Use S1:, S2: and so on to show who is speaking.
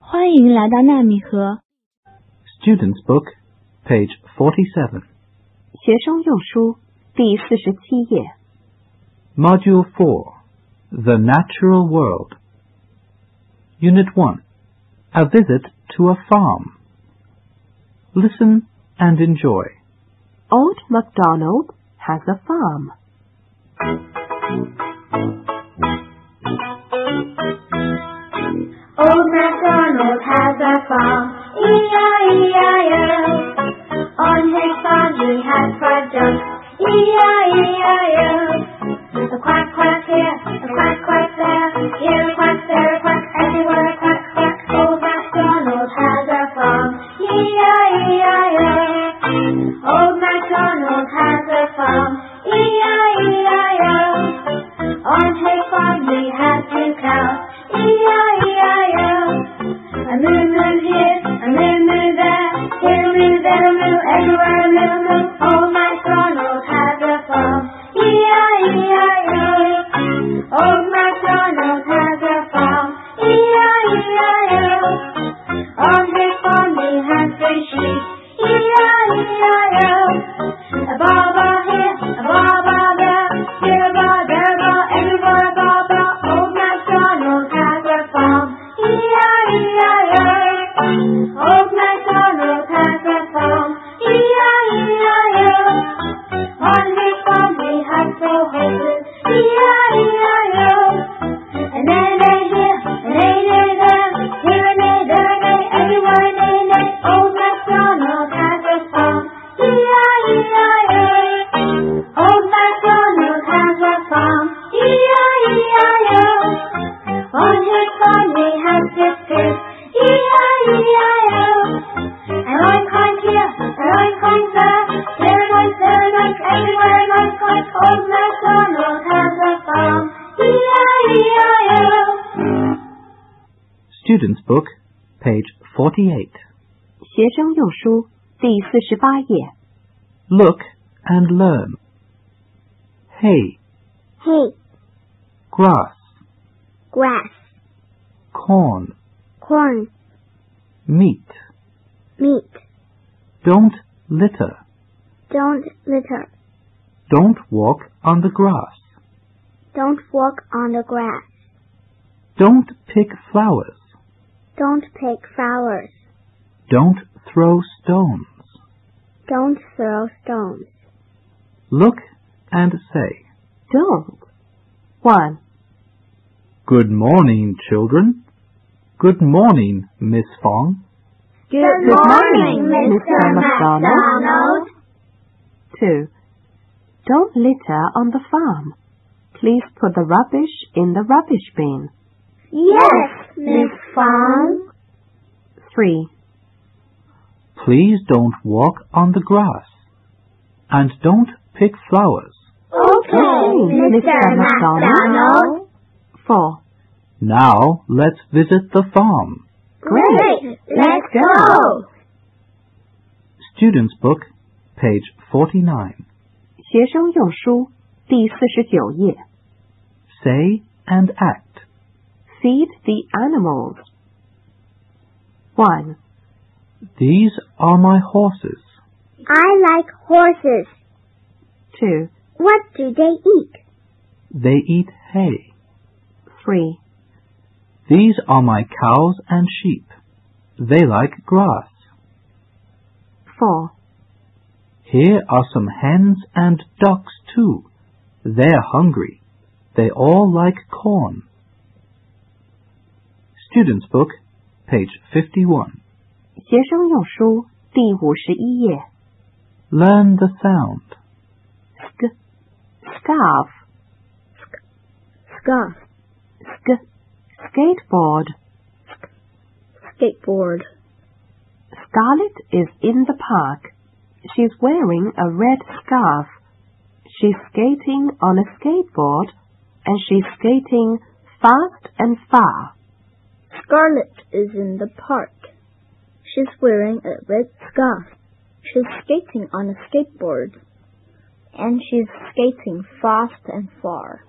S1: 欢迎来到纳米盒
S2: Students' Book, page 47,
S1: 学生用书第四十七页。
S2: Module 4, The Natural World. Unit 1, A Visit to a Farm. Listen and enjoy.
S1: Old MacDonald has a farm.
S3: Old MacDonald has a farm, E E-I-E-I-O. On his farm he has E five ducks, E-I-E-I-O. A quack quack here, a quack quack there, here a quack, there a quack, everywhere a quack quack. Old MacDonald has a farm, E E-I-E-I-O. Old MacDonald has a farm, E E-I-E-I-O. On his farm he has two cows, E-I-E-I-O. E A moo moo here, a moo moo there, here a moo, there a moo, everywhere a moo moo. Old MacDonald has a farm, E E-I-E-I-O. Old MacDonald has a farm, E E-I-E-I-O. On his farm he has three sheep, E-I-E-I-O. A baba here, a baba there, here a ba, there a ba, everywhere a baba. Old MacDonald has a farm, E-I-E-I-O. Old MacDonald has a farm, E-I-E-I-O. On his farm he has four horses, E-I-E-I-O. A neigh neigh here, a neigh neigh there, here a neigh, there a neigh, everywhere a neigh neigh. Old MacDonald has a farm, E-I-E-I-O. Old MacDonald has a farm, E-I-E-I-O. On his farm he has six pigs, E-I-E-I-O. An oink-oink here, an oink-oink there, here an oink, there an oink, everywhere an oink-oink. Old MacDonald has a farm, E-I-E-I-O.
S2: Students' Book, page 48.
S1: 学生用书第四十八页。
S2: Look and learn. Hay,
S3: Hay,
S2: grass,
S3: grass,
S2: corn,
S3: corn,
S2: meat.
S3: meat,
S2: Don't litter.
S3: don't litter,
S2: Don't walk on the grass.
S3: don't walk on the grass,
S2: Don't pick flowers.
S3: don't pick flowers,
S2: Don't throw stones.
S3: don't throw stones.
S2: Look and say,
S1: Don't. One,
S2: Good morning, children. Good morning, Miss Fong.
S1: Good, Two, don't litter on the farm. Please put the rubbish in the rubbish bin.
S3: Yes, Miss Fong.
S1: Three,
S2: Please don't walk on the grass. And don't pick flowers.
S3: Okay, Mr. MacDonald.
S1: four,
S2: Now let's visit the farm.
S3: Great, let's go.
S2: Students' Book, page 49.
S1: 学生用书第四十九页。
S2: Say and act.
S1: Feed the animals. One,
S2: These are my horses.
S3: I like horses.
S1: two,
S3: What do they eat?
S2: They eat hay.
S1: three,
S2: These are my cows and sheep. They like grass.
S1: four,
S2: Here are some hens and ducks too. They're hungry. They all like corn. Students' Book, page 51.
S1: 学生用书第五十一页。
S2: Learn the sound.
S1: Sc, scarf,
S3: Scarf,
S1: sc, skateboard.
S3: skateboard.
S1: Scarlet is in the park. She's wearing a red scarf. She's skating on a skateboard and she's skating fast and far.
S3: Scarlet is in the park. She's wearing a red scarf. She's skating on a skateboard. And she's skating fast and far.